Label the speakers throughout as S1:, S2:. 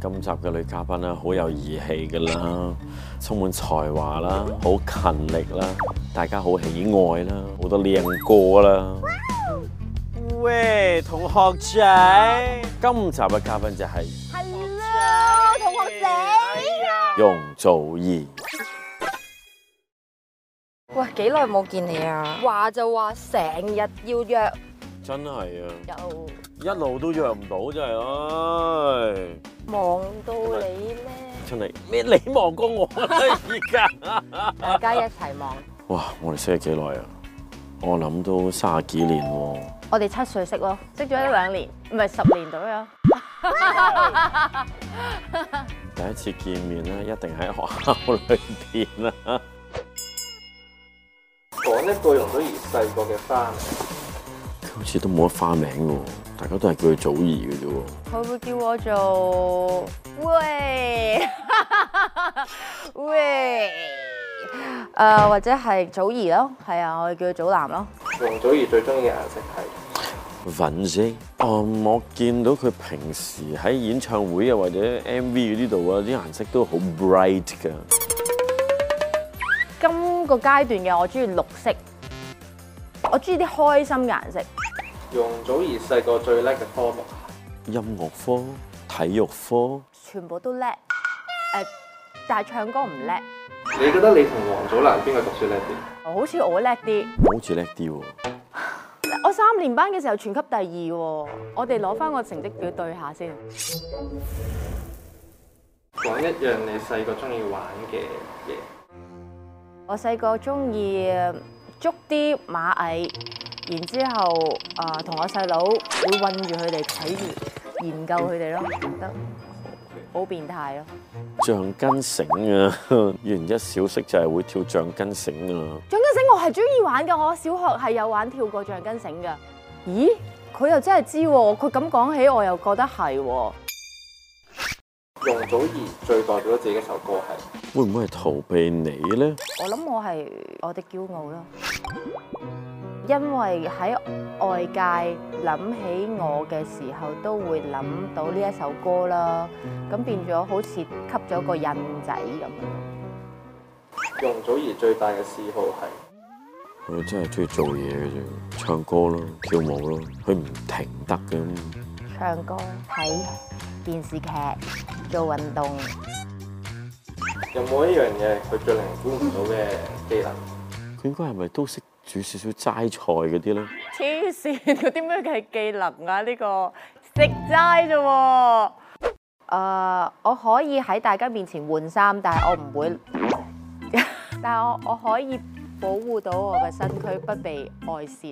S1: 今集嘅女嘉賓啦，好有義氣噶啦，充滿才華啦，好勤力啦，大家好喜愛啦，好多靚歌啦。喂，同學仔，今集嘅嘉賓就係
S2: Hello，同學仔。
S1: 容祖兒。
S2: 喂，幾耐冇見你啊？話就話成日要約，
S1: 真係啊，
S2: 又
S1: 一路都約唔到，真係，唉，
S2: 望到你咩？
S1: 真係咩？你望過我啦，而家。
S3: 啊
S2: 大家一齊望。
S1: 哇！我哋識咗幾耐啊？我諗都三十幾年喎。
S2: 我哋七歲識咯，
S3: 識咗一兩年，唔係啊十年左右。
S1: 第一次見面咧，一定喺學校裏邊啦。
S4: 講一個容祖兒細個嘅花名，
S1: 佢好似都冇乜花名嘅喎，大家都係叫佢祖兒嘅啫喎。
S3: 佢會叫我做 喂喂，誒、或者係祖兒咯，係啊，我哋叫佢祖藍咯。
S4: 容祖兒最中意嘅顏色係
S1: 尹姐，嗯，我見到佢平時喺演唱會啊或者 MV 呢度啊，啲顏色都好 bright 㗎。
S3: 今個階段嘅我中意綠色，我中意啲開心嘅顏色。
S4: 容祖兒細個最叻嘅科目，
S1: 音樂科、體育科，
S3: 全部都叻，誒、但係唱歌唔叻，
S4: 你覺得你同王祖藍邊個讀書叻啲？
S3: 好似我叻啲。
S1: 我好似叻啲喎。
S3: 我三年班嘅時候全級第二喎，我哋攞翻個成績表對下先。
S4: 講一樣你細個中意玩嘅嘢，
S3: 我細個中意捉啲螞蟻，然之後啊同、我細佬會韞住佢哋睇住研究佢哋咯，覺得好變態咯。
S1: 橡筋繩啊， 原一小息就係會跳橡筋繩啊。
S3: 橡筋繩我係中意玩㗎，我小學係有玩跳過橡筋繩㗎。咦？佢又真係知喎，佢咁講起我又覺得係喎。
S4: 容祖兒最代表咗自己嘅首歌係
S1: 會唔會係逃避你呢？
S3: 我諗我係我的驕傲啦，因為喺外界諗起我嘅時候，都會諗到呢一首歌啦。咁變咗好似吸咗個印仔咁樣。
S4: 容祖兒最大嘅嗜好係
S1: 佢真係中意做嘢嘅啫，唱歌咯，跳舞咯，佢唔停得嘅。
S3: 唱歌、睇電視劇、做運動，
S4: 有冇一樣嘢佢最令人估唔到嘅技能？
S1: 佢應該係咪都識煮少少齋菜嗰啲呢？
S3: 黐線嗰啲咩係技能啊？呢、個食齋啫喎。誒、呃我可以喺大家面前換衫，但係我唔會。 但係我我可以保護到我嘅身軀不被外泄，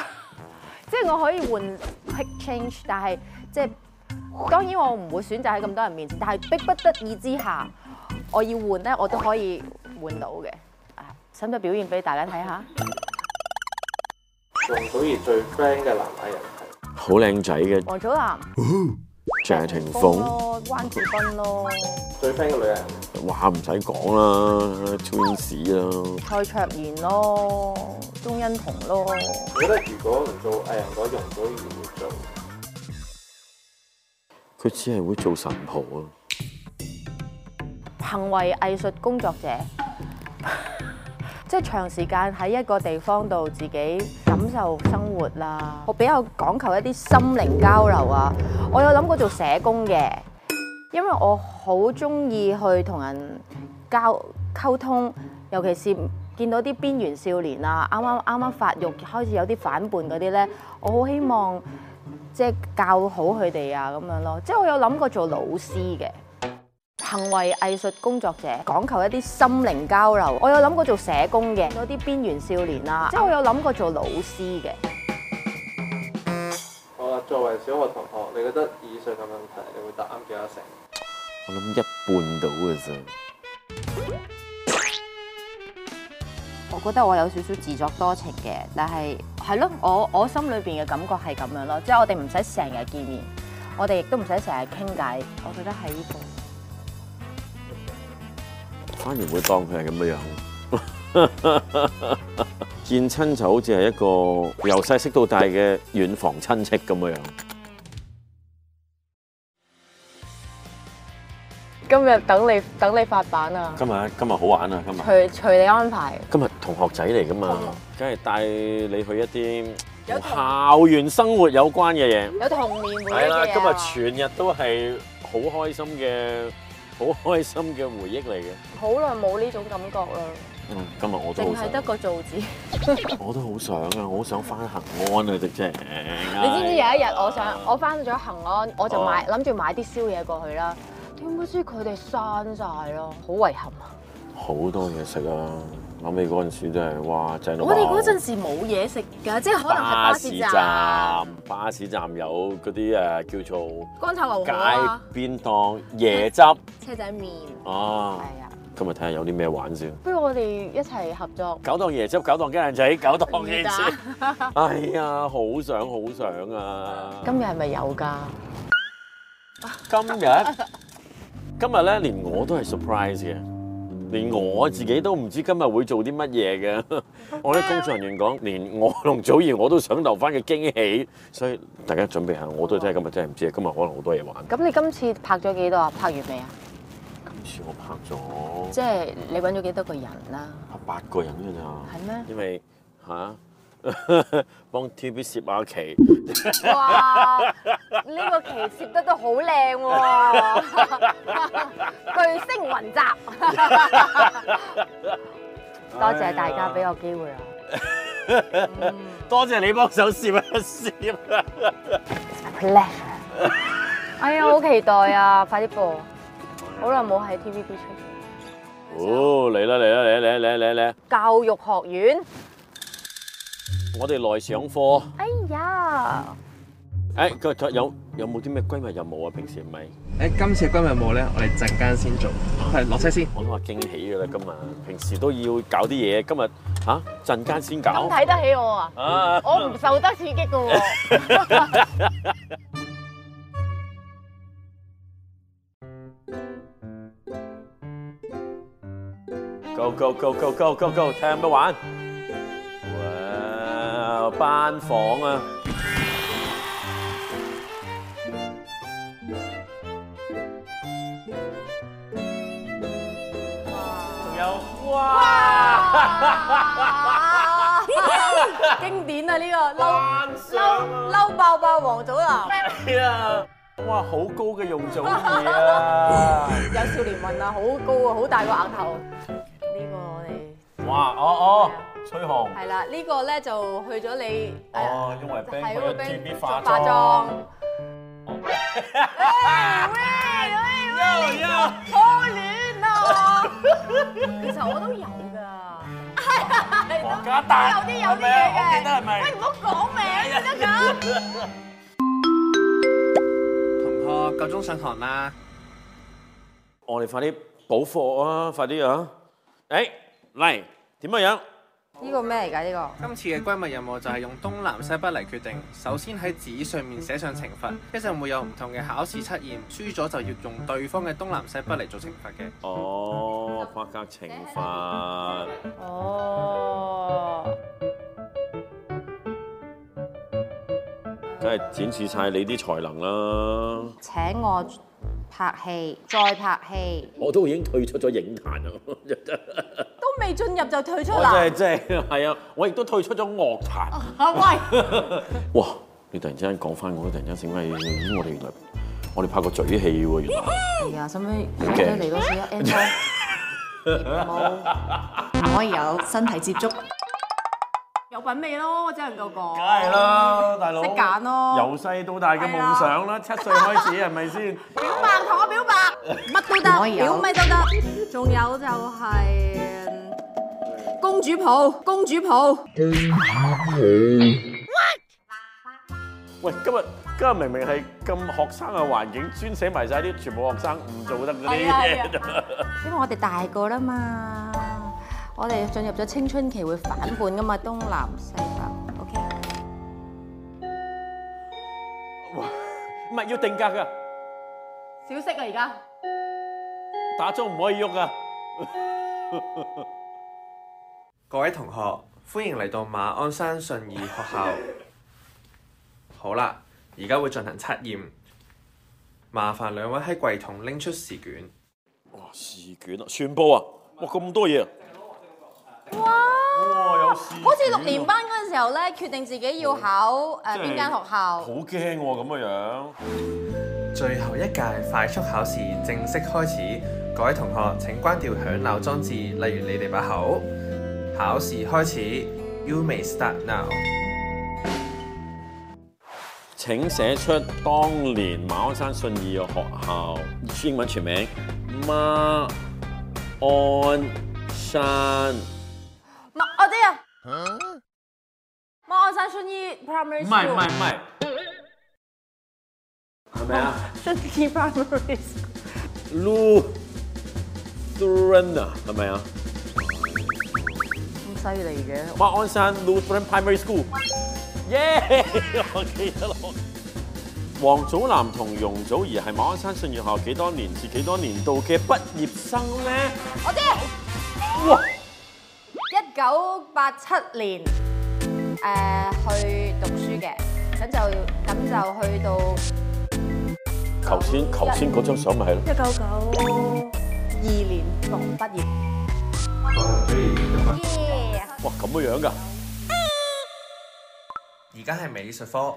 S3: 即係我可以換 quick change，但係即係當然我唔會選擇喺咁多人面前，但係逼不得已之下，我要換咧，我都可以換到嘅。啊使唔使表現俾大家睇下？
S4: 容祖兒最 friend 嘅男藝人係
S1: 好靚仔嘅
S3: 黃祖藍、
S1: 謝霆
S3: 峰
S1: 鋒，
S3: 咯，關智斌咯，
S4: 最 friend 嘅女藝人
S1: 話唔使講啦，Twins 啦，
S3: 蔡卓妍咯，鍾欣彤咯，
S4: 你覺得如果唔做藝人嗰容祖兒會做？
S1: 佢只係會做神婆啊！
S3: 行為藝術工作者， 即係長時間喺一個地方度自己感受生活啦。我比較講求一啲心靈交流啊。我有諗過做社工嘅，因為我好中意去同人交溝通，尤其是見到啲邊緣少年啊，啱啱啱啱發育開始有啲反叛嗰啲咧，我好希望即係教好佢哋啊咁樣咯。即係我有諗過做老師嘅。行為藝術工作者，講求一啲心靈交流。我有諗過做社工嘅，有啲邊緣少年啦，即係我有諗過做老師嘅。
S4: 好啦，作為小學同學，你覺得以上嘅問題，你會答啱幾多成？
S1: 我諗一半到嘅啫。
S3: 我覺得我有少少自作多情嘅，但係係咯，我我心裏邊嘅感覺係咁樣咯，即係我哋唔使成日見面，我哋亦都唔使成日傾偈。我覺得係呢個。
S1: 反而會當佢係咁嘅樣。 見親就好似係一個由細識到大嘅遠房親戚咁嘅樣。
S3: 今日等你等你發版啊！
S1: 今日今日好玩啊！今日哦
S3: 隨隨你安排。
S1: 今日同學仔嚟噶嘛，梗係帶你去一啲
S2: 有
S1: 同校園生活有關嘅嘢。
S3: 有童年回憶
S1: 係啦，
S3: 嘅嘢啊
S1: 今日全日都係好開心嘅，好開心嘅回憶嚟嘅。
S3: 好耐冇呢種感覺啦，
S1: 嗯，今日我都好
S3: 淨係得
S1: 想，
S3: 個造字。你
S1: 我都好想啊！我好想翻恒安啊，直情。你
S3: 知唔知有一日我想我翻咗恒安，我就買諗住買啲宵夜過去啦。點不知佢哋閂晒咯，好遺憾啊！
S1: 好多嘢食啊！諗起嗰陣時真係，哇！正到
S3: 我哋
S1: 爆
S3: 嗰陣時冇嘢食㗎，即係可能係
S1: 巴
S3: 巴
S1: 士
S3: 士
S1: 站
S3: 站、，
S1: 巴士站有嗰啲誒叫做
S3: 乾炒牛
S1: 街
S3: 河啊、
S1: 邊檔椰汁
S3: 車仔麵。
S1: 啊！
S3: 係啊，
S1: 今日睇下有啲咩玩先。
S3: 不如我哋一齊合作。
S1: 九檔椰汁，九檔雞蛋仔，九檔椰
S3: 而
S1: 汁。哎呀，好想好想啊！
S3: 今日係咪有㗎？
S1: 今日今日咧，連我都係 surprise 嘅，連我自己都唔知今日會做啲乜嘢嘅。我啲工作人員講，連我同祖兒我都想留翻個驚喜，所以大家準備下，我都真係今日真係唔知，今日可能好多嘢玩。
S3: 咁你今次拍咗幾多啊？拍完未啊？
S1: 今次我拍咗
S3: 即係你揾咗幾多個人啦？
S1: 拍八個人㗎咋，
S3: 係啊咩？
S1: 因為吓， 幫 TVB 攝下期，
S3: 哇！呢個旗攝得都好靚喎， 巨星雲集。多謝大家俾我機會啊！
S1: 多謝你幫手攝一攝。
S3: pleasure。哎呀，好期待啊！快啲播，好耐冇喺 TVB 出現。
S1: 哦，嚟啦嚟啦嚟啦嚟啦嚟啦嚟啦！
S3: 教育學院，
S1: 我哋來上課。
S3: 哎呀，
S1: 誒，佢佢有有冇啲咩閨蜜任務啊？平時唔係，
S4: 誒，今次嘅軍迷舞咧，我哋陣間先做，係落車先。
S1: 我都話驚喜㗎啦，今日平時都要搞啲嘢，今日嚇陣間先
S3: 咁
S1: 搞。
S3: 睇得起我啊！
S1: 啊！
S3: 我唔受得刺激嘅喎。
S1: Go go go go go go go，睇下有咩玩？哇！班房啊！仲有哇！
S3: 經典啊！呢個嬲
S1: 班上
S3: 嬲
S1: 啊！
S3: 嬲爆爆王祖藍，
S1: 係啊！哇！好高嘅用祖兒啊！
S3: 有少年運啊，好高啊，好大個額頭。呢個我哋
S1: 哇！哦哦，吹紅。
S3: 係啦，呢個咧就去咗你誒
S1: 哦，因為 b
S3: 喺
S1: a
S3: 嗰
S1: n 去
S3: 邊
S1: TVB
S3: 做
S1: 化
S3: 化
S1: 妝
S3: 妝。。
S1: 哎又又
S3: 好亂啊！其實我都有㗎，
S1: 黃家達，
S3: 有啲有啲
S1: 係咪啊
S3: 嘢嘅
S1: 我記得係咪？
S3: 唔好講名得㗎。
S4: 同學，夠鐘上堂啦。
S1: 我哋快啲補課啊！快啲啊！誒，嚟點樣樣？
S2: 呢個咩嚟㗎？呢
S4: 今次嘅閨蜜任務就係用東南西北嚟決定。首先喺紙上面寫上懲罰，一陣會有唔同嘅考試測驗，輸咗就要用對方嘅東南西北嚟做懲罰嘅。
S1: 哦，拍格懲罰。
S3: 哦，
S1: 梗係展示晒你啲才能啦！
S2: 請我拍戲，再拍戲。
S1: 我都已經退出咗影壇啊啦，
S3: 都未進入就退出
S1: 我
S3: 啦。
S1: 哦真係真係係啊！我亦都退出咗樂壇。
S3: 啊喂，
S1: 哇！你突然之間講翻我，突然之間醒翻起，咦！我哋原來我哋拍過嘴戲喎，原來。
S2: 係啊，使唔使使唔使嚟多次啊 a n d 冇，唔可以有身體接觸。
S3: 有品味咯，只能夠講。
S1: 梗係啦，大佬。
S3: 識揀 咯
S1: 由細到大嘅夢想啦，七歲開始係咪先？
S3: 表白同我表白，乜都
S2: 唔可
S3: 得，
S2: 以有
S3: 表咩都得。仲有就係嗯公主抱，公主抱。
S1: 喂，今日今日明明係咁學生嘅環境，專寫埋晒啲全部學生唔做得嗰啲
S3: 係啊係啊
S1: 嘢。
S2: 因為我哋大個啦嘛，我哋進入咗青春期會反叛噶嘛，東南西北。OK，
S1: 唔係要定格㗎，
S3: 小息啊，而家
S1: 打鐘唔可以喐㗎。
S4: 各位同學，歡迎嚟到馬鞍山信義學校。好啦，而家會進行測驗，麻煩兩位喺櫃桶拎出試卷。
S1: 試卷啊，全部啊，哇咁多嘢啊！哇！有試卷啊
S2: 好似六年班嗰陣時候咧，決定自己要考誒
S1: 即係
S2: 邊間學
S1: 好
S2: 校。
S1: 驚喎咁嘅樣。
S4: 最後一屆快速考試正式開始，各位同學請關掉響鬧裝置，例如你哋把口。考試開始，You may start now。
S1: 請寫出當年馬鞍山信義嘅學校英文全名馬鞍山。
S2: 馬，我知啊。馬鞍山信義 primary
S1: 唔
S2: school。
S1: 係唔係唔係，係咪啊
S3: 信義 primary school
S1: ？Lutheran 啊，係咪啊？
S3: 咁犀利嘅，
S1: 馬鞍山 Lutheran Primary School。耶！ 我記得咯。黃祖藍同容祖兒係馬鞍山信義學校幾多年至幾多年度嘅畢業生咧？
S2: 我知。
S1: 哇！
S2: 一九八七年誒、去讀書嘅，咁就咁就去到
S1: 頭先頭先嗰張相咪係咯。
S3: 一九九二年讀畢業。
S2: 耶
S1: 哇，咁嘅樣㗎？啊
S4: 而家係美術科，
S2: 呢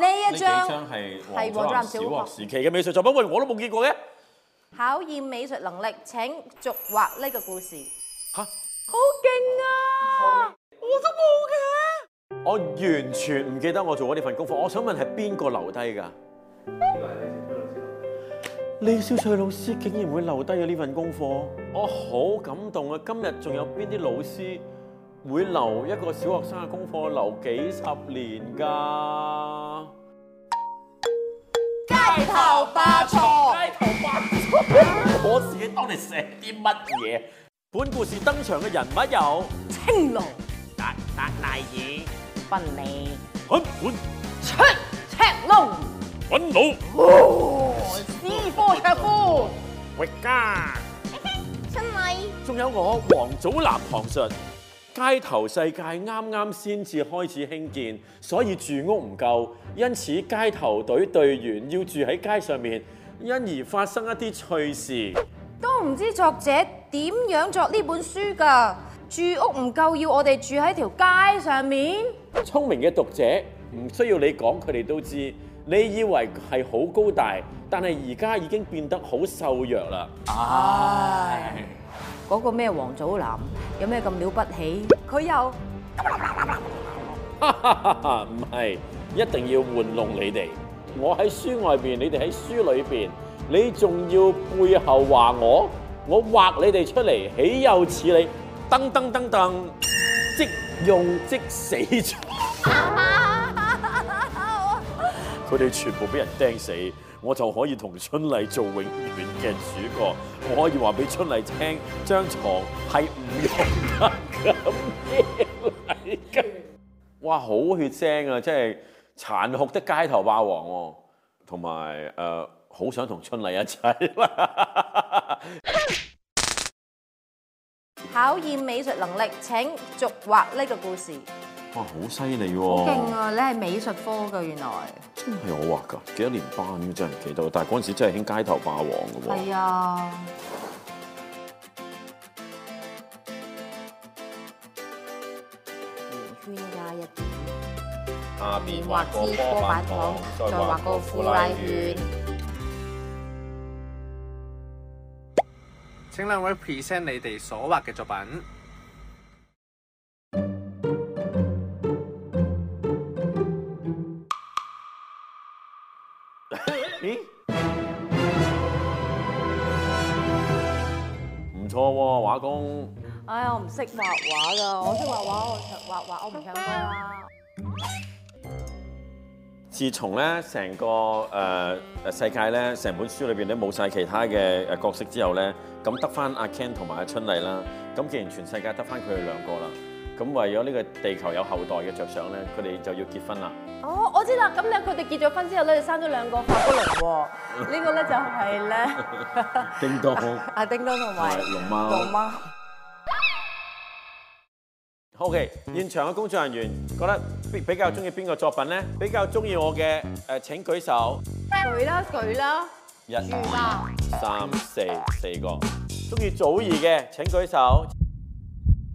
S1: 呢
S2: 一
S1: 幾
S2: 張
S1: 張係
S2: 係
S1: 黃
S2: 黃
S1: 章
S2: 祖藍小
S1: 小學時期嘅美術作品，喂，我都冇見過嘅。
S2: 考驗美術能力，請續畫呢個故事。
S1: 嚇
S2: 好 à. 勁啊！
S1: 我完全唔記得我做過呢份功課。我想問係邊個留低㗎？李小翠老師竟然會留低咗呢份功課，我好感動啊！今日仲有邊啲老師會留一個小學生嘅功課留幾十年㗎？
S2: 街頭霸錯。
S1: 我自己當年寫啲乜嘢？本故事登場嘅人物有
S3: 青龍達達賴爾，賓利
S1: 很本
S3: 出赤龍，
S1: 本老
S3: 斯科卓夫，
S1: 域家。
S2: 真係
S1: 仲有我黃祖藍旁述，街頭世界啱啱先至開始興建，所以住屋唔夠，因此街頭隊隊員要住喺街上面，因而發生一啲趣事。
S2: 都唔知作者點樣作呢本書㗎？住屋唔夠，要我哋住喺條街上面。
S1: 聰明嘅讀者唔需要你講，佢哋都知。你以為係好高大，但係而家已經變得好瘦弱啦。
S2: 嗰個咩黃祖藍有咩咁了不起？佢又
S1: 哈哈哈哈 唔係，一定要玩弄你哋。我喺書外邊，你哋喺書裏邊，你仲要背後話我，我畫你哋出嚟，豈有此理！噔噔噔噔，即用即死咗。佢哋全部俾人釘死，我就可以同春麗做永遠嘅主角。我可以話俾春麗聽，張床係唔用得咁嚟㗎。哇，好血腥啊！即係殘酷的街頭霸王喎、同埋誒好想同春麗一齊 啦。
S2: 考驗美術能力，請續畫呢個故事。
S1: 哇，好犀利
S2: 好
S1: 喎！
S2: 勁啊！你係美術科㗎，原來
S1: 真係我畫㗎，幾多年班嘅真係唔記得，但係嗰陣時真係興街頭霸王㗎喎。
S2: 係啊！圓圈加一
S1: 下
S2: 邊畫支波板糖，再畫個呼拉圈。
S4: 請兩位 present 你哋所畫嘅作品。
S1: 咦？唔錯喎、畫工。
S3: 哎呀，我唔識畫畫㗎，我識畫畫，我唱畫畫，我唔唱歌啦。
S1: 自從咧成個誒誒、呃世界咧，成本書裏邊咧冇晒其他嘅呃誒角色之後咧，咁得翻阿 Ken 同埋阿春麗啦。咁既然全世界得翻佢哋兩個啦，咁為咗呢個地球有後代嘅着想咧，佢哋就要結婚啦。
S3: 哦，我知啦，咁咧佢哋結咗婚之後咧，就生咗兩個法國龍喎。呢個咧就係咧
S1: 叮當
S3: 阿叮當同埋
S1: 龍貓
S3: 龍貓。
S1: OK，現場嘅工作人員覺得比比 ờ, 較中意邊個作品咧？比較中意我嘅誒、呃、請舉手。
S3: 舉啦舉啦，
S1: 一、二、三、四，四個。中意祖兒嘅請舉手。
S2: 哎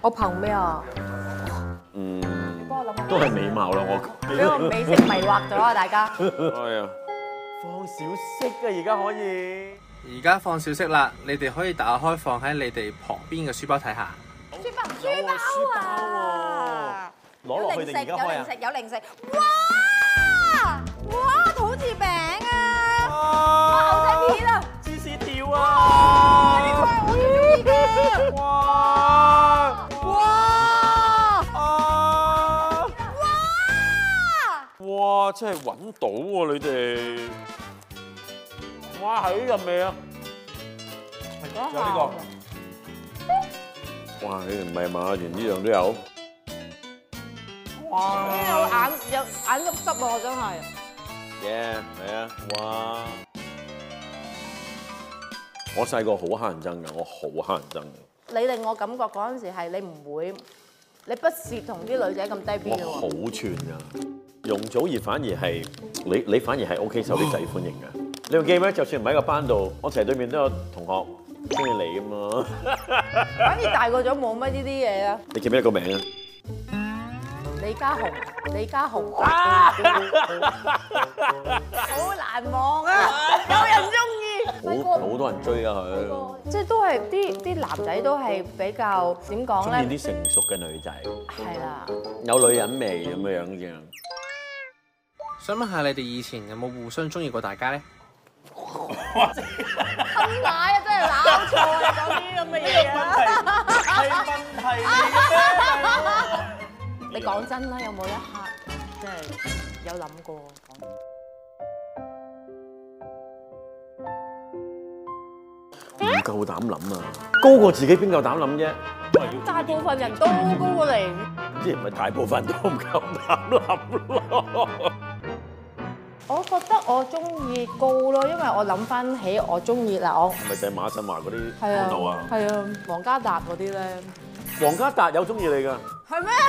S2: 我憑咩啊？
S1: 嗯，
S2: 幫我諗下。
S1: 都係美貌啦，我
S2: 俾我美食迷惑咗啊！大家。
S1: 哎呀，放小息啊，而家可以。
S4: 而家放小息啦，你哋可以打開放喺你哋旁邊嘅書包睇下。
S1: 有喎，書包喎，攞落去定而家開啊？哇！啊芝士條啊！哇！啊！哇！真係揾到喎你哋。哇！係呢陣味啊！有呢個。哇！你唔係嘛？連呢樣都有。哇！耶，係啊！哇！我細個好乞人憎㗎，我好乞人憎㗎。
S2: 你令我感覺嗰陣時係你唔會，你不屑同啲女仔咁低
S1: Tôi rất là
S2: 標嘅喎。
S1: 串 Dung Zhu Yi phản而 là, bạn bạn phản而 là OK 受啲仔歡迎嘅。你仲記唔記得？就算唔喺個班度，我成日對面都有同學中意你咁嘛。
S2: 反而大個咗冇乜呢啲嘢啦。
S1: 你記唔記得個名啊？
S2: 李嘉雄，李嘉 雄，好難忘啊！有人中意，
S1: 好好多人追啊佢，
S2: 即係都係啲啲男仔都係比較點講
S1: 中意
S2: 咧？
S1: 啲成熟嘅女仔，
S2: 係啦，
S1: 有女人味咁樣樣嘅。
S4: 想問下你哋以前有冇互相中意過大家呢？
S2: 奶啊真係攬錯啊！講啲咁嘅嘢啊！
S1: 係問題嚟
S2: 你講真啦，有冇一刻即係有諗過講？嗯
S1: 嘅咩？唔夠膽諗啊！高過自己邊夠膽諗啫？
S2: 大部分人都高過你，
S1: 即係唔係大部分都唔夠膽諗咯？
S2: 我覺得我中意高咯，因為我諗翻起我中意嗱我。
S1: 係咪就係馬新華嗰啲
S2: 係
S1: 報道
S2: 啊
S1: 啊，？
S2: 係啊，黃家達嗰啲咧，
S1: 黃家達有中意你㗎。
S2: 係咩？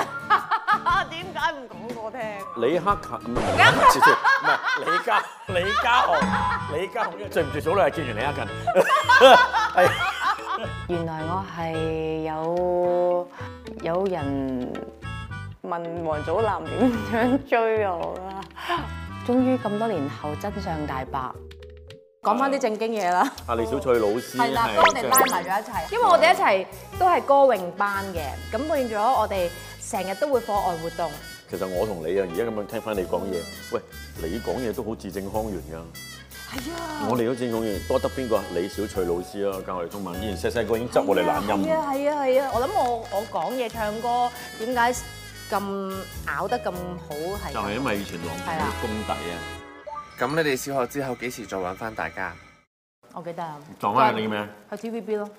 S2: 點解唔講我聽？
S1: 李克勤唔係，切切唔係李家李家豪，李家豪對唔住，早兩日見完李克勤，係
S2: 原來我係有有人問黃祖藍點樣追我啦。終於咁多年後真相大白，講翻啲正經嘢啦。
S1: 阿啊李小翠老師
S2: 係啦，幫我哋拉埋咗一齊，啊因為我哋一齊都係歌詠班嘅，咁變咗我哋成日都會課外活動。
S1: 其實我同你啊，而家咁樣聽翻你講嘢，喂，你講嘢都好字正腔圓㗎。係啊，我哋都正講嘢，多得邊個啊？李小翠老師啊，教我哋中文，以前細細個已經執我哋懶音
S2: 係。啊係啊係啊！我諗我我講嘢唱歌點解咁啊咬得咁好係？
S1: 就係因為以前浪
S2: 係啦
S1: 費功底啊，
S4: 咁你哋小學之後幾時再揾翻大家？
S2: 我記得啊，
S1: 撞翻你咩？
S2: 去 TVB 咯。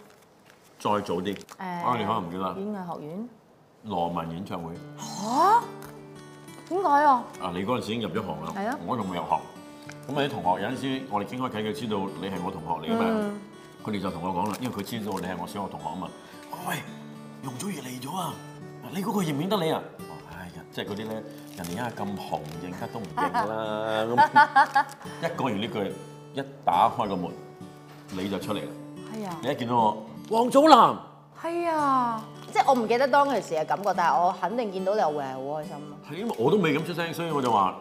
S1: 再早啲，我哋可能唔記得啦
S2: 演藝啊學院
S1: 羅文演唱會
S2: 點解啊？
S1: 啊！你嗰陣時已經入咗行啦，
S2: 係啊
S1: 我仲未入行。咁你啲同學有陣時，我哋傾開偈，佢知道你係我同學嚟㗎嘛，
S2: 嗯
S1: 佢哋就同我講啦，因為佢知道你係我小學同學啊嘛。喂，容祖兒嚟咗啊！你嗰個認唔認得你啊？我話哎呀，即係嗰啲咧，人哋而家咁紅，認得都唔認啦。 咁一講完呢句，一打開個門，你就出嚟啦。
S2: 係啊
S1: 你一見到我，黃祖藍。
S2: 係啊！即係我唔記得當其時嘅感覺，但係我肯定見到你我會係好開心咯。
S1: 係因為我都未咁出聲，所以我就話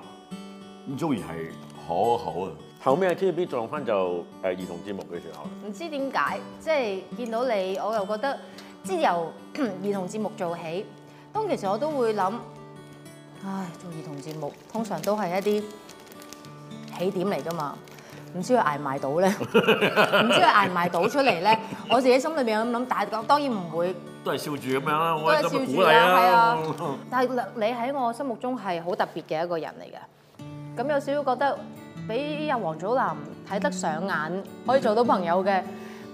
S1: Joey 係好好啊。後尾喺 TVB 撞翻就誒兒童節目嘅時候，
S2: 唔知點解，即係見到你，我又覺得，即係由 兒童節目做起。當其時我都會諗，唉，做兒童節目通常都係一啲起點嚟㗎嘛，唔知佢捱埋到咧，唔知佢捱埋到出嚟咧，我自己心裏邊咁諗，但係當然唔會。
S1: 都係笑住咁樣啦，
S2: 都
S1: 我喺
S2: 係笑
S1: 度鼓
S2: 住
S1: 勵
S2: 啦，係
S1: 啦
S2: 啊。。但係你喺我心目中係好特別嘅一個人嚟嘅，咁有少少覺得俾阿黃祖藍睇得上眼，可以做到朋友嘅。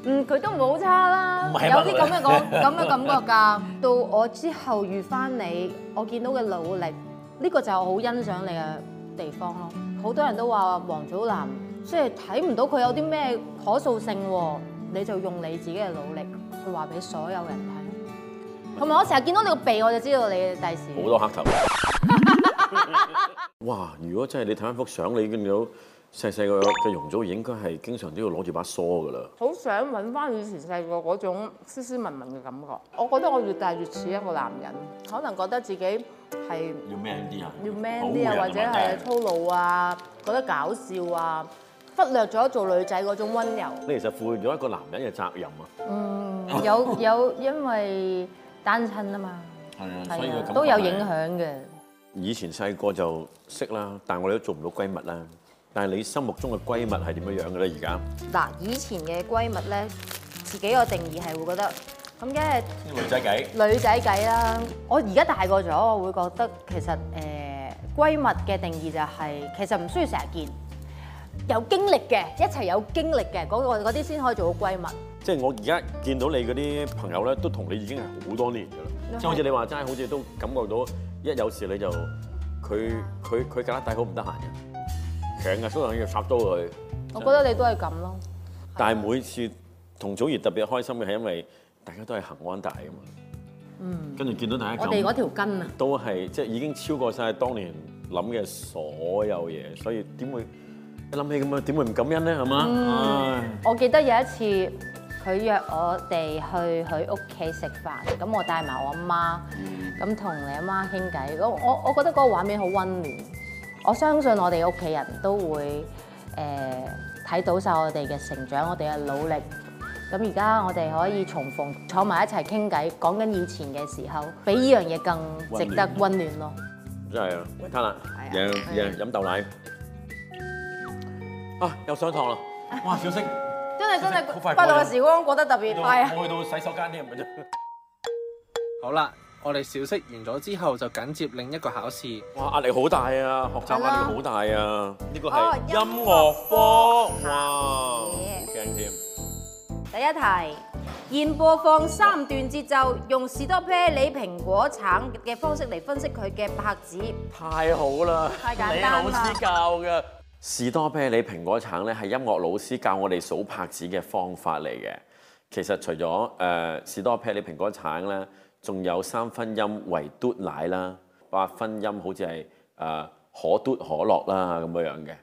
S2: 嗯，佢都唔好差啦，
S1: 唔係
S2: 有
S1: 嘛
S2: 啲咁嘅講咁嘅感覺㗎。到我之後遇翻你，我見到嘅努力，呢、個就係我好欣賞你嘅地方咯。好多人都話黃祖藍，即係睇唔到佢有啲咩可塑性喎，你就用你自己嘅努力去話俾所有人聽。
S3: 同埋我成日見到你個鼻，我就知道你第時
S1: 好多黑頭。 哇！如果真係你睇翻幅相，你見到細細個嘅容祖兒應該係經常都要攞住把梳噶啦。
S3: 好想揾翻以前細個嗰種斯斯文文嘅感覺。我覺得我越大越似一個男人，可能覺得自己係
S1: 要 man 啲啊！
S3: 要 man 啲啊，或者係粗魯啊，覺得搞笑啊，忽略咗做女仔嗰種温柔。
S1: 你其實賦予咗一個男人嘅責任啊。
S3: 嗯，有有因為單親啊嘛，
S1: 係
S3: 係啊，都有影響嘅。
S1: 以前細個就識啦，但係我哋都做唔到閨蜜啦。但係你心目中嘅閨蜜係點樣樣嘅咧？而家
S2: 嗱，以前嘅閨蜜咧，自己個定義係會覺得咁，梗係
S1: 女仔計
S3: 女仔計啦，我而家大個咗，我會覺得其實誒、呃、閨蜜嘅定義就係、其實唔需要成日見，有經歷嘅一齊有經歷嘅嗰個嗰啲先可以做到閨蜜。
S1: 即係我而家見到你嗰啲朋友咧，都同你已經係好多年㗎啦。即係好似你話齋，好似都感覺到一有事你就佢佢佢格拉底好唔得閒嘅，強嘅所以要插刀佢。
S3: 我覺得你都係咁咯，
S1: 但係每次同祖兒特別開心嘅係因為大家都係恒安大㗎嘛。嗯。跟住見到大家
S3: 我
S1: 咁
S3: 哋嗰條筋啊，
S1: 都係即係已經超過晒當年諗嘅所有嘢，所以點會一諗起咁樣點會唔感恩咧？係嘛？唉
S3: 我記得有一次佢約我哋去佢屋企食飯，咁我帶埋我媽，咁同你阿媽傾偈，我我我覺得嗰個畫面好温暖，我相信我哋屋企人都會誒睇、到晒我哋嘅成長，我哋嘅努力。咁而家我哋可以重逢，坐埋一齊傾偈，講緊以前嘅時候，比呢樣嘢更值得温暖咯。
S1: 真係啊！喂，卡啦，
S3: 係
S1: 飲
S3: 啊
S1: 飲飲豆奶啊！又上堂啦！哇，小息
S2: 真係真
S1: 好快過
S2: 係快
S1: 啦
S2: 樂嘅時光過得特別快啊！
S1: 我去到洗手間添，咪啫。
S4: 好啦，我哋小息完咗之後就緊接另一個考試。
S1: 哇，壓力好大啊！學習
S2: 係
S1: 壓
S2: 啦
S1: 力好大啊！呢個
S2: 哦
S1: 係
S2: 音
S1: 音樂科，哇，好
S2: 嘢
S1: 驚添！
S2: 第一題，現播放三段節奏，用士多啤梨、蘋果、橙嘅方式嚟分析佢嘅拍子。
S1: 太好啦！
S2: 太簡單啦
S1: 你老師教嘅士多啤梨、蘋果、橙咧，係音樂老師教我哋數拍子嘅方法嚟嘅。其實除咗誒、呃士多啤梨、蘋果、橙咧，仲有三分音為嘟奶啦，八分音好似係誒可嘟可樂啦咁樣樣嘅。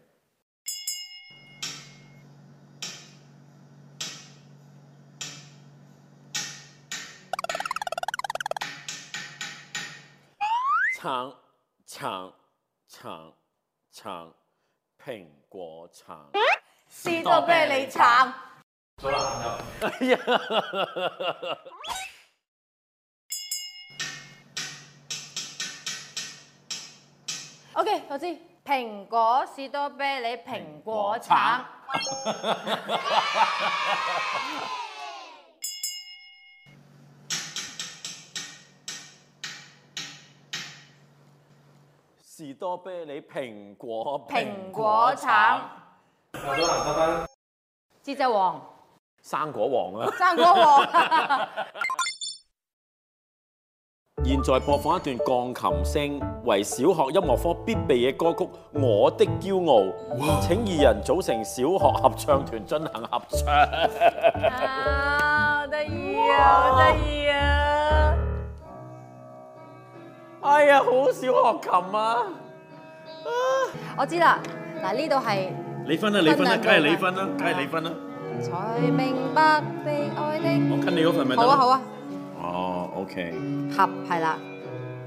S1: 橙橙橙橙，蘋果橙。
S2: 士多啤梨、橙。
S1: 哎呀，
S2: OK，我知。蘋果、士多啤梨、蘋果、橙。
S1: 士多啤梨、蘋果、
S2: 蘋果橙節奏王，
S1: 生果王啊！
S2: 生果王。
S1: 現在播放一段鋼琴聲，為小學音樂科必備嘅歌曲《我的驕傲》。請二人組成小學合唱團進行合唱。
S2: 啊，好得意啊，好得意啊！
S1: 哎呀，好少學琴啊！
S2: 我知啦，嗱呢度係
S1: 你分啦，
S2: 你分啊啦梗係你分
S1: 啦，梗係你分啦。
S2: 才明白被愛的。
S1: 我跟你嗰份咪
S2: 好啊好啊，
S1: 哦，OK，
S2: 合係啦，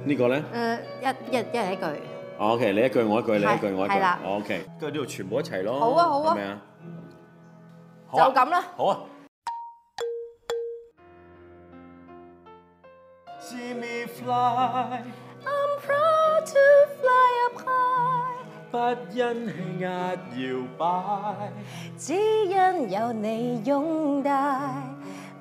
S1: 呢個咧
S2: 誒、一一一人一句。
S1: 哦，OK，你一句我一句，你一句
S2: 係
S1: 我一
S2: 係
S1: 句哦
S2: 啦
S1: ，OK，跟住呢度全部一齊咯。
S2: 好啊好啊
S1: 係咪啊？好
S2: 就
S1: 啊
S2: 咁啦。
S1: 好啊。See me fly，
S2: I'm proud to fly up high，
S1: 不因氣壓搖擺。
S2: 只因有你擁戴。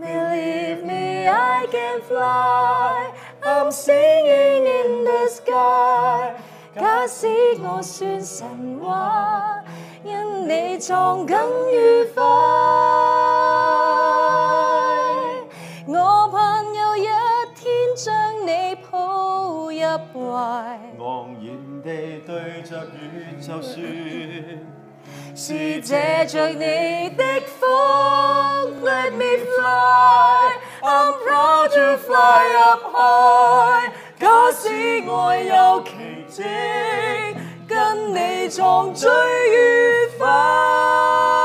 S2: Believe me, I can fly. I'm singing in the sky. 假使我算神話，因你撞緊愉快。我盼有一天將你抱入懷。
S1: 昂然地對着宇宙説。
S2: 是借着你的風，Let me fly，I'm proud to fly up 愛有奇蹟，跟你創最愉快。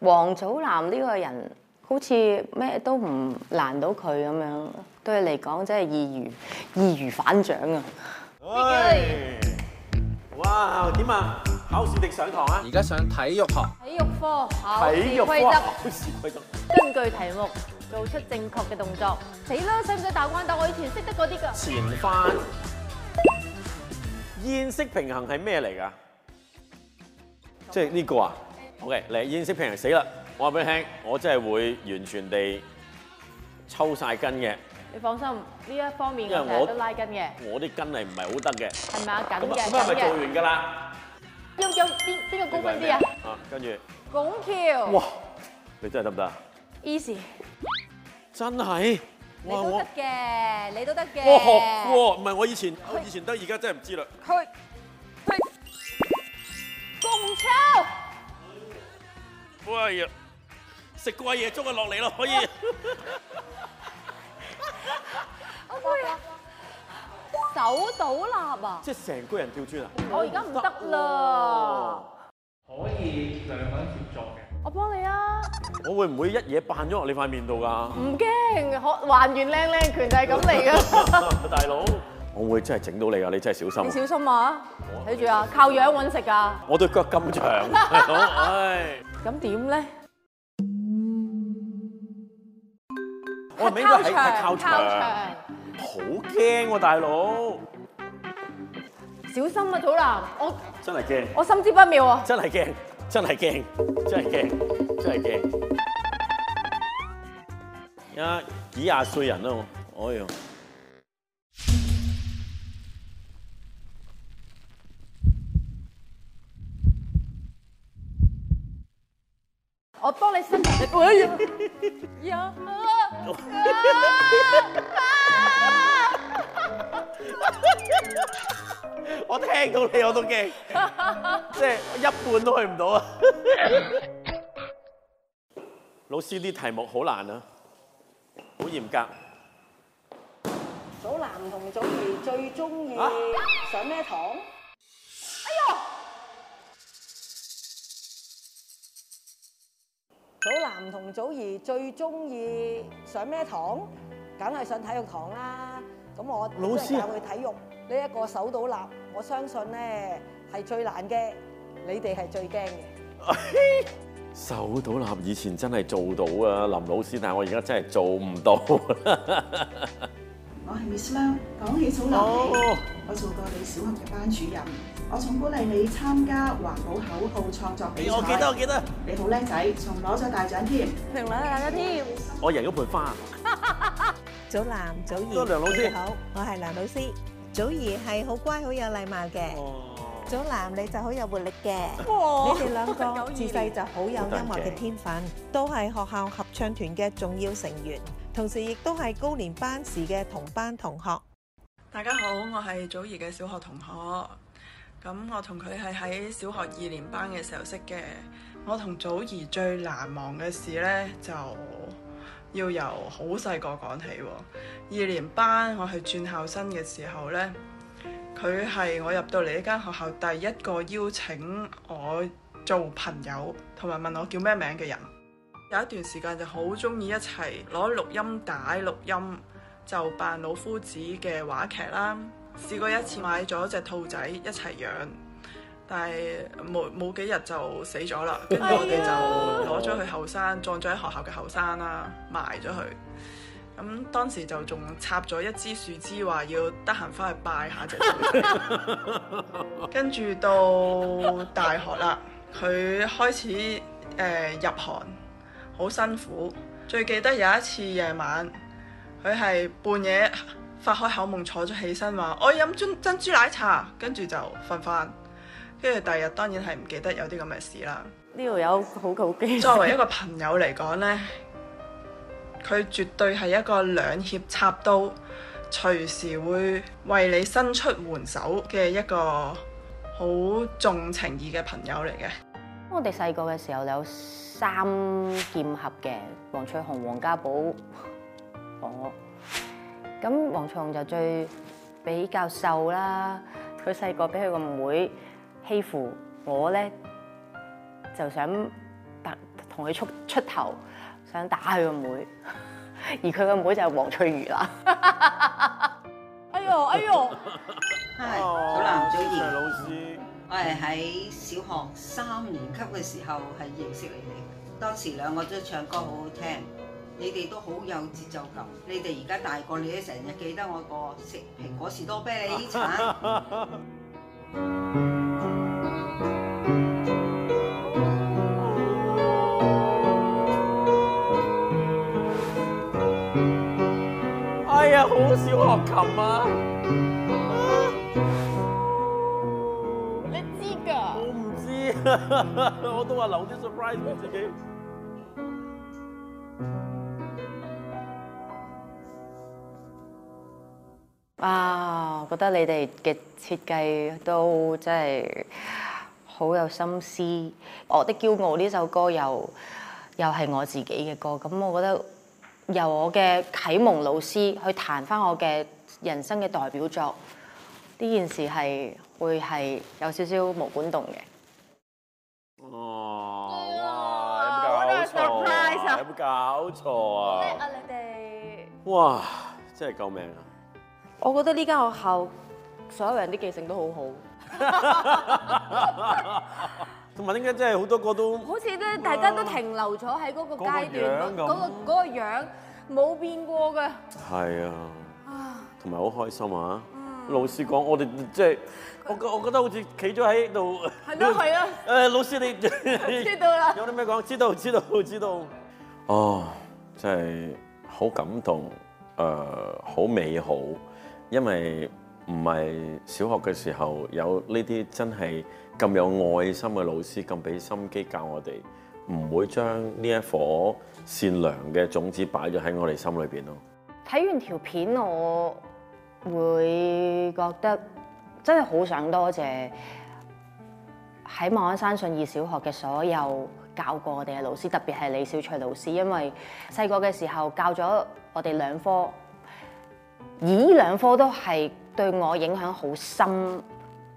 S3: 黃祖藍呢個人好似咩都唔難到佢咁樣，對佢嚟講真係易如易如反掌啊！
S1: 哇，點啊？考試定上堂啊？
S4: 而家上體育學，
S3: 體育科考
S1: 體育科考試規則。
S3: 根據題目做出正確嘅動作。死啦，使唔使打關鬥？我以前識得嗰啲㗎。
S1: 前翻。煙色平衡係咩嚟㗎？即係呢個啊？OK，嚟煙色平衡死啦！我話俾你聽，我真係會完全地抽晒筋嘅，
S3: 你放心，呢一方面我
S1: 因為
S3: 成
S1: 我
S3: 日都拉筋嘅，
S1: 我啲筋係唔係好得嘅。
S3: 係咪啊？緊
S1: 咁啊，
S3: 嘅，
S1: 咁啊，咪做
S3: 緊嘅。
S1: 完㗎啦。
S3: 有有邊邊個高分啲啊？
S1: 啊，跟住，
S3: 拱橋。
S1: 哇！你真係得唔得啊？
S3: easy，
S1: 真係，
S2: 你
S1: 哇！
S2: 都
S1: 我
S2: 得嘅，你都得嘅。
S1: 我學喎，唔係我以前，我以前得，而家真係唔知啦。
S2: 佢佢
S3: 拱超。
S1: 喂呀，食過嘢捉佢落嚟咯，可以。
S3: 手倒立啊！
S1: 即係成個人跳磚啊！
S3: 我而家唔得啦，
S5: 可以兩個人協作嘅。
S3: 我幫你啊！
S1: 我會唔會一嘢扮咗落你塊面度㗎？
S3: 唔驚，可還原靚靚拳就係咁 嚟噶。
S1: 大佬，我會真係整到你啊！你真係小
S3: 你
S1: 心啊。
S3: 小心啊！睇住啊，靠樣揾食啊！
S1: 我對腳咁長，大佬， 唉，
S3: 咁點咧？
S1: 我係咪應該係係靠牆？好驚喎，大佬，
S3: 小心啊，祖藍！我
S1: 真係驚，
S3: 我心知不妙啊！
S1: 真係驚，真係驚，真係驚，真係驚。啊，幾廿歲人啦我，哎呀，
S3: 我幫你伸直你哎呀呀啊！
S1: 我聽到你我都驚，即係一半都去唔到 啊！老師啲題目好難啊，好嚴格。
S2: 祖藍同祖兒最中意
S1: 啊
S2: 上咩堂？祖藍同祖兒最中意上咩堂？梗係上體育堂啦。咁我
S1: 老師啊
S2: 教佢體育呢一個手倒立，我相信咧係最難嘅，你哋係最驚嘅。
S1: 手倒立以前真係做到啊，林老師，但係我而家真係做唔 到。
S6: 我係 Miss Lam，講起草立
S1: 哦
S6: 我做過你小學嘅班主任，我仲鼓勵你參加環保口號創作比賽。
S1: 哎我記得，我記得，
S6: 你好叻仔，仲攞咗大獎添。
S2: 評論大家添。
S1: 我贏咗盆花。
S7: 祖藍、祖兒，
S1: 多謝梁老師
S7: 你哋好，我係梁老師。祖兒係好乖、好有禮貌嘅，祖藍你就好有活力嘅。
S6: 哦
S7: 你哋兩個自細就好有音樂嘅天分，都係學校合唱團嘅重要成員，同時亦都係高年班時嘅同班同學。
S6: 大家好，我係祖兒嘅小學同學。咁我同佢係喺小學二年班嘅時候識嘅。我同祖兒最難忘嘅事呢，就要由好細個講起喎。二年班我去轉校生嘅時候呢，佢係我入到嚟呢間學校第一個邀請我做朋友，同埋問我叫咩名嘅人。有一段時間就好中意一齊攞錄音帶錄音。就扮老夫子嘅話劇啦。試過一次買咗只兔仔一齊養，但係冇冇幾日就死咗啦。跟住我哋就攞咗佢後生，葬咗喺學校嘅後生啦，埋咗佢。咁當時就仲插咗一支樹枝，話要得閒翻去拜下只兔仔。跟住到大學啦，佢開始誒、呃入行，好辛苦。最記得有一次夜晚。佢係半夜發開口夢，坐咗起身話：我飲樽珍珠奶茶，跟住就瞓翻。跟住第二日當然係唔記得有啲咁嘅事啦。
S3: 呢度有好好機。
S6: 作為一個朋友嚟講呢，佢絕對係一個兩肋插刀，隨時會為你伸出援手嘅一個好重情義嘅朋友嚟嘅。
S3: 我哋細個嘅時候有三劍俠嘅，黃翠紅、黃家寶、我。咁黃翠紅就最比較瘦啦，佢細個俾佢個妹欺負，我咧就想白同佢出出頭，想打佢個妹， 而佢個妹就係黃翠如啦。哎呦哎呦！
S8: 係
S1: 哦
S8: 好男祖
S1: 謝
S8: 兒，
S1: 老師，
S8: 我係喺小學三年級嘅時候係認識你哋，當時兩個都唱歌好好聽，你哋都好有節奏感。你哋而家大個，你都成日記得我個食蘋果士多啤梨橙。
S1: 哎呀，好少學琴啊！
S3: 你知㗎
S1: 我？唔知， 我都話留啲 surprise 俾自己。
S3: 啊，我覺得你哋嘅設計都真係好有心思。《我的驕傲》呢首歌又又係我自己嘅歌，咁我覺得由我嘅啟蒙老師去彈翻我嘅人生嘅代表作，呢件事係會係有少少毛管動嘅。
S1: 哦，哇！有冇搞錯啊？有冇搞錯啊？
S3: 你哋，
S1: 哇！真係救命啊！
S3: 我覺得呢間學校所有人啲記性都好好。
S1: 同埋點解真係好多個都
S3: 好似咧，大家都停留咗喺嗰個階段，
S1: 嗰個樣咁
S3: 嗰嗰個嗰個樣冇變過嘅。
S1: 係啊，同埋好開心啊！老師講我哋即係我覺我覺得好似企咗喺度，
S3: 係咯係啊
S1: 誒 老師你
S3: 知道啦
S1: 有啲咩講？知道知道知道。哦，真係好感動，誒、好美好，因為唔係小學嘅時候有呢啲真係咁有愛心嘅老師，咁俾心機教我哋，唔會將呢一顆善良嘅種子擺咗喺我哋心裏邊咯。
S3: 睇完條片，我會覺得真係好想多謝喺馬鞍山信義小學嘅所有教過我哋嘅老師，特別係李小翠老師，因為細個嘅時候教咗我哋兩科，而呢兩科都係對我影響好深、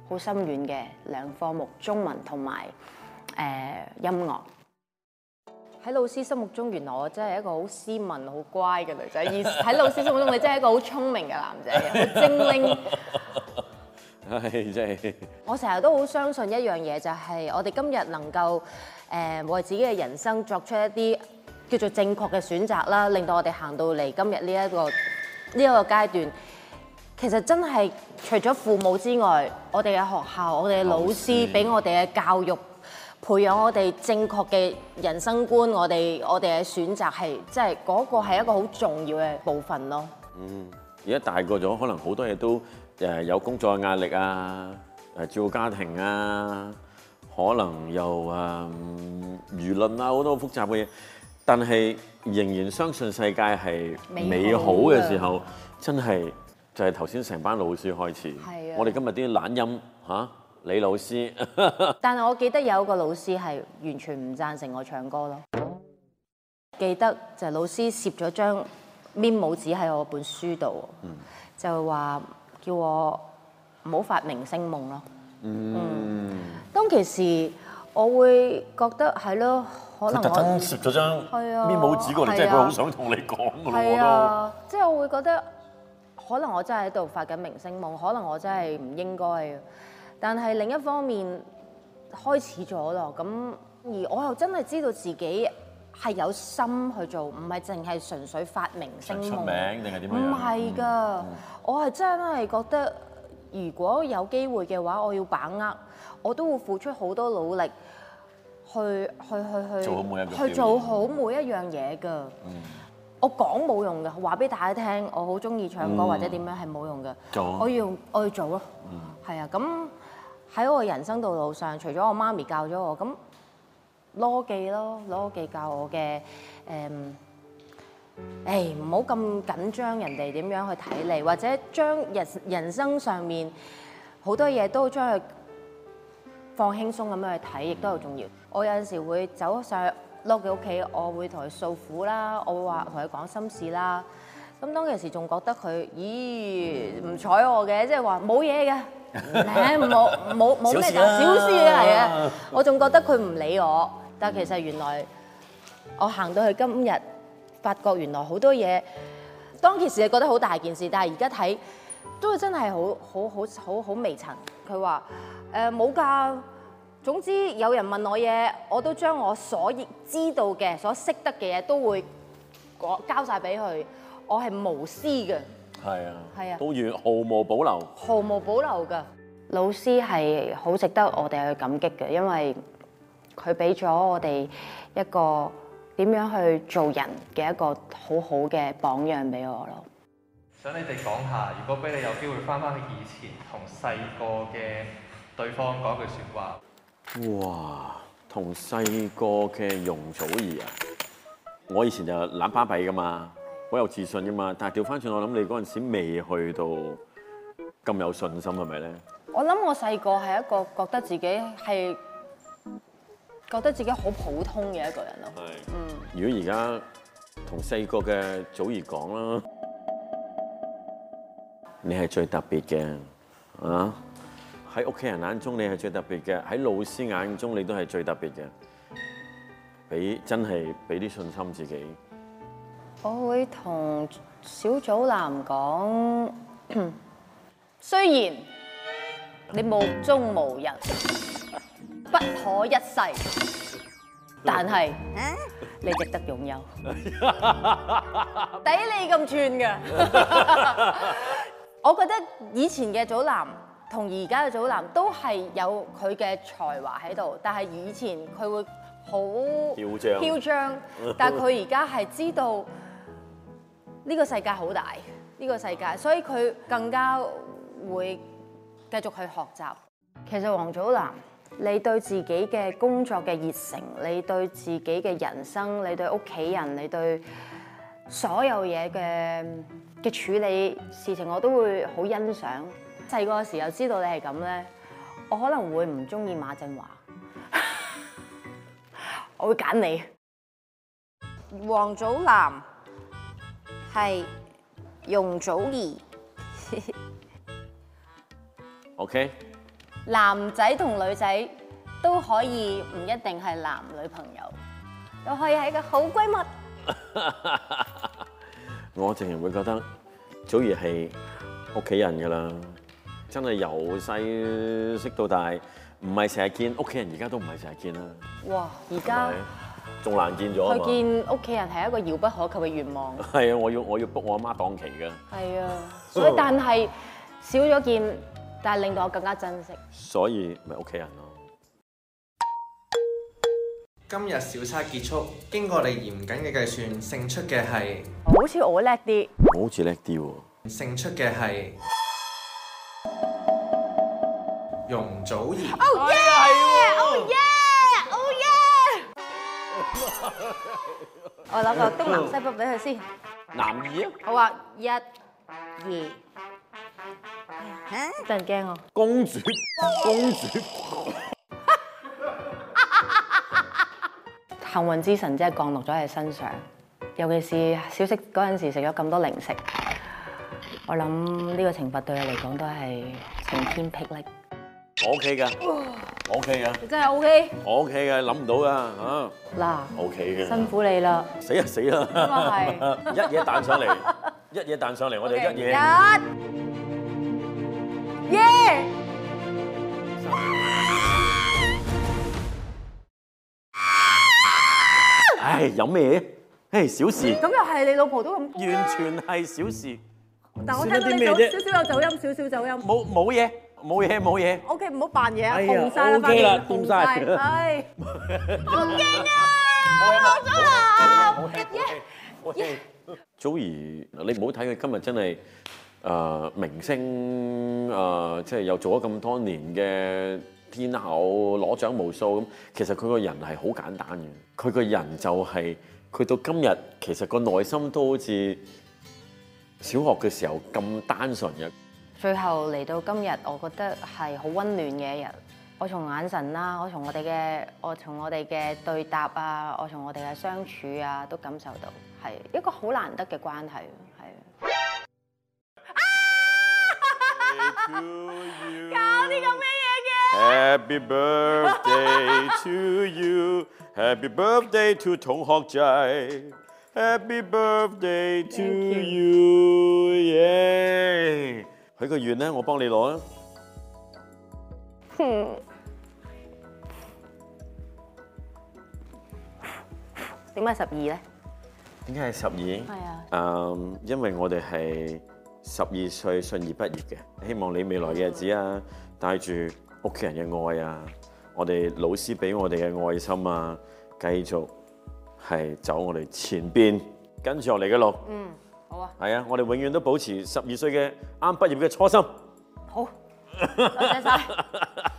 S3: 好深遠嘅兩科目，中文同埋誒音樂。喺老師心目中，原來我真係一個好斯文、好乖嘅女仔，而喺老師心目中，你真係一個好聰明嘅男仔，好精靈。
S1: 唉，真係
S3: 我成日都好相信一樣嘢，就係、我哋今日能夠誒、呃、為自己嘅人生作出一啲叫做正確嘅選擇啦，令到我哋行到嚟今日呢一個呢一、個階段。其實真係除咗父母之外，我哋嘅學校、我哋嘅老師俾我哋嘅教育，培養我哋正確嘅人生觀，我哋我哋嘅選擇係即係嗰個係一個好重要嘅部分咯。
S1: 嗯而家大個咗，可能好多嘢都誒有工作嘅壓力啊，誒照顧家庭啊，可能又誒輿論啊，好多複雜嘅嘢。但係仍然相信世界係美好嘅時
S3: 啊
S1: 候，真係就係頭先成班老師開始。
S3: 係啊
S1: 我哋今日啲懶音嚇、李老師
S3: 但係我記得有一個老師係完全唔贊成我唱歌咯。記得就係老師攝咗張 memo 紙喺我本書度，就話叫我唔好發明星夢咯。嗯，當其時我會覺得係咯，可能我
S1: 攝咗張
S3: 係啊
S1: 真係
S3: 係啊
S1: 同你講㗎
S3: 係啊，即係我會覺得可能我真係喺度發緊明星夢，可能我真係唔應該嘅。但係另一方面開始咗咯，咁而我又真係知道自己係有心去做，唔係淨係純粹發明
S1: 想
S3: 星
S1: 出
S3: 夢。
S1: 名定係點樣？嗯
S3: 唔係㗎，我係真係覺得，如果有機會嘅話，我要把握，我都會付出好多努力去去去去
S1: 做好每一個表現
S3: 去做好每一樣嘢㗎。
S1: 嗯
S3: 我講冇用㗎，話俾大家聽，我好中意唱歌、或者點樣係冇用㗎。
S1: 做
S3: 我要我要做咯。係啊，咁喺我人生道路上，除咗我媽咪教咗我，咁攞記咯，攞記教我嘅誒。嗯誒唔好咁緊張人哋點樣去睇你，或者將人人生上面好多嘢都將佢放輕鬆咁樣去睇，亦都好重要。我有陣時會走上去碌佢屋企，我會同佢訴苦啦，我會話同佢講心事啦。咁當其時仲覺得佢，咦唔睬我嘅，即係話冇嘢嘅， 誒冇冇冇
S1: 小
S3: 咩
S1: 事
S3: 大
S1: 啦
S3: 小事嚟嘅。我仲覺得佢唔理我，但係其實原來我行到去今日，發覺原來好多嘢，當其時係覺得好大件事，但係而家睇都真係好好好好好微塵。佢話誒冇㗎。總之有人問我嘢，我都將我所知道嘅、所識得嘅嘢都會講交晒俾佢。我係無私嘅，
S1: 係啊，
S3: 係啊
S1: 都要毫無保留。
S3: 毫無保留嘅。老師係好值得我哋去感激嘅，因為佢俾咗我哋一個點樣去做人嘅一個好好嘅榜樣俾我咯。
S5: 想你哋講下，如果俾你有機會翻返去以前同細個嘅對方講句説話，
S1: 哇！同細個嘅容祖兒啊，我以前就懶巴閉噶嘛，好有自信噶嘛。但係調翻轉，我諗你嗰陣時未去到咁有信心，係咪咧？
S3: 我諗我細個係一個覺得自己係覺得自己好普通嘅一個人咯。
S1: 係。如果而家同細個嘅祖兒講啦，你係最特別嘅啊！喺屋企人眼中你係最特別嘅，喺老師眼中你都係最特別嘅。俾真係俾啲信心自己。
S3: 我會同小組男講， 雖然你目中無人，不可一世，但係你值得擁有。 抵你咁串㗎！ 我覺得以前嘅祖藍同而家嘅祖藍都係有佢嘅才華喺度，但係以前佢會好
S1: 囂張
S3: 囂張，但係佢而家係知道呢個世界好大，呢、個世界，所以佢更加會繼續去學習。其實黃祖藍，你對自己嘅工作嘅熱誠，你對自己嘅人生，你對屋企人，你對所有嘢嘅嘅處理事情，我都會好欣賞。細個嘅時候知道你係咁咧，我可能會唔中意馬振華， 我會揀你。黃祖藍係容祖兒，
S1: OK，
S3: 男仔同女仔都可以唔一定係男女朋友，都可以係一個好閨蜜。
S1: 我淨係會覺得祖兒係屋企人㗎啦，真係由細識到大，唔係成日見屋企人，而家都唔係成日見啦，
S3: 哇！而
S1: 係
S3: 家
S1: 咪仲難見咗啊
S3: 佢
S1: 嘛。
S3: 見屋企人係一個遙不可及嘅願望。
S1: 係啊，我要我要 book 我阿媽檔期㗎。
S3: 係啊，所以但係少咗件，但係令到我更加珍惜。
S1: 所以咪屋企人咯。
S4: 今日小測結束，經過你嚴謹嘅計算，勝出嘅係
S3: 好似我叻啲，
S1: 我好似叻啲喎，
S4: 勝出嘅係容祖兒。
S3: 我 諗個東南西北俾佢先。
S1: 男二啊，
S3: 好啊，一、二，真係驚我。
S1: 公主，公主，
S3: 幸運之神真係降落咗喺身上，尤其是小息嗰陣時食咗咁多零食，我諗呢個懲罰對我嚟講都係晴天霹靂。
S1: 我 OK 噶，我 OK 噶，
S3: 你真係 OK
S1: 我 OK 噶，諗唔到噶嚇
S3: 嗱，
S1: ，OK 嘅，
S3: 辛苦你啦。
S1: 死啊死啦
S3: 啊，
S1: 一嘢彈上嚟，一嘢彈上嚟，我哋一嘢，
S3: 一，耶！
S1: 唉，有咩嘢？唉，小事，
S3: 咁又係你老婆都咁高啦
S1: 完全係小事，
S3: 但我
S1: 算
S3: 聽到
S1: 得啲
S3: 你
S1: 咩
S3: 走
S1: 啫
S3: 少少有走音，少少走音。
S1: 冇冇嘢，冇嘢冇嘢，
S3: O K，唔好扮嘢啊，
S1: 哎呀
S3: 紅晒啦，
S1: OK 啦
S3: 塊面
S1: 掂晒
S3: 紅係
S2: 啊
S1: 冇咗啦，啊冇嘢冇嘢。祖兒，你唔好睇佢今日真係誒、呃明星誒、呃即係又做咗咁多年嘅天后，攞獎無數咁。其實佢個人係好簡單嘅，佢個人就係、佢到今日其實個內心都好似小學嘅時候咁單純嘅。
S3: 最後嚟到今日，我覺得係好温暖嘅一日。我從眼神啦，我從我哋嘅我從我哋嘅對答啊，我從我哋嘅相處啊，都感受到係一個好難得嘅關係，係啊。
S1: Happy birthday to you. Happy birthday to Tong Hok Jai. Happy birthday to you. 예. Yeah. 許個願咧，我幫你攞啊。
S3: 點解十二咧？
S1: 點解係十二？
S3: 係啊，
S1: 誒，嗯因為我哋係十二歲信而畢業嘅，希望你未來嘅日子啊，帶住屋企人嘅愛啊，我哋老師俾我哋嘅愛心啊，繼續係走我哋前邊，跟住我嚟嘅路。
S3: 嗯，好啊，
S1: 係啊，我哋永遠都保持十二歲嘅啱畢業嘅初心。
S3: 好，多謝晒。